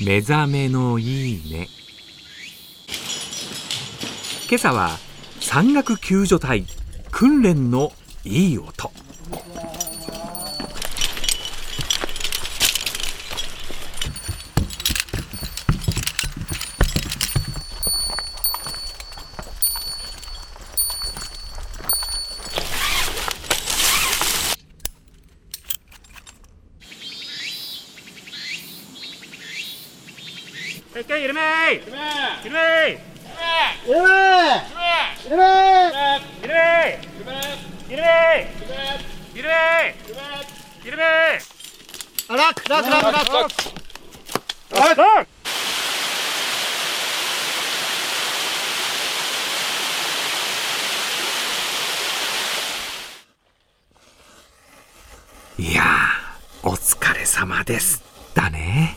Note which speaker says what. Speaker 1: 目覚めのいいね今朝は山岳救助隊訓練のいい音
Speaker 2: 緩めー緩めー緩めー緩めー緩めー緩めー
Speaker 1: いやーお疲れ様ですだね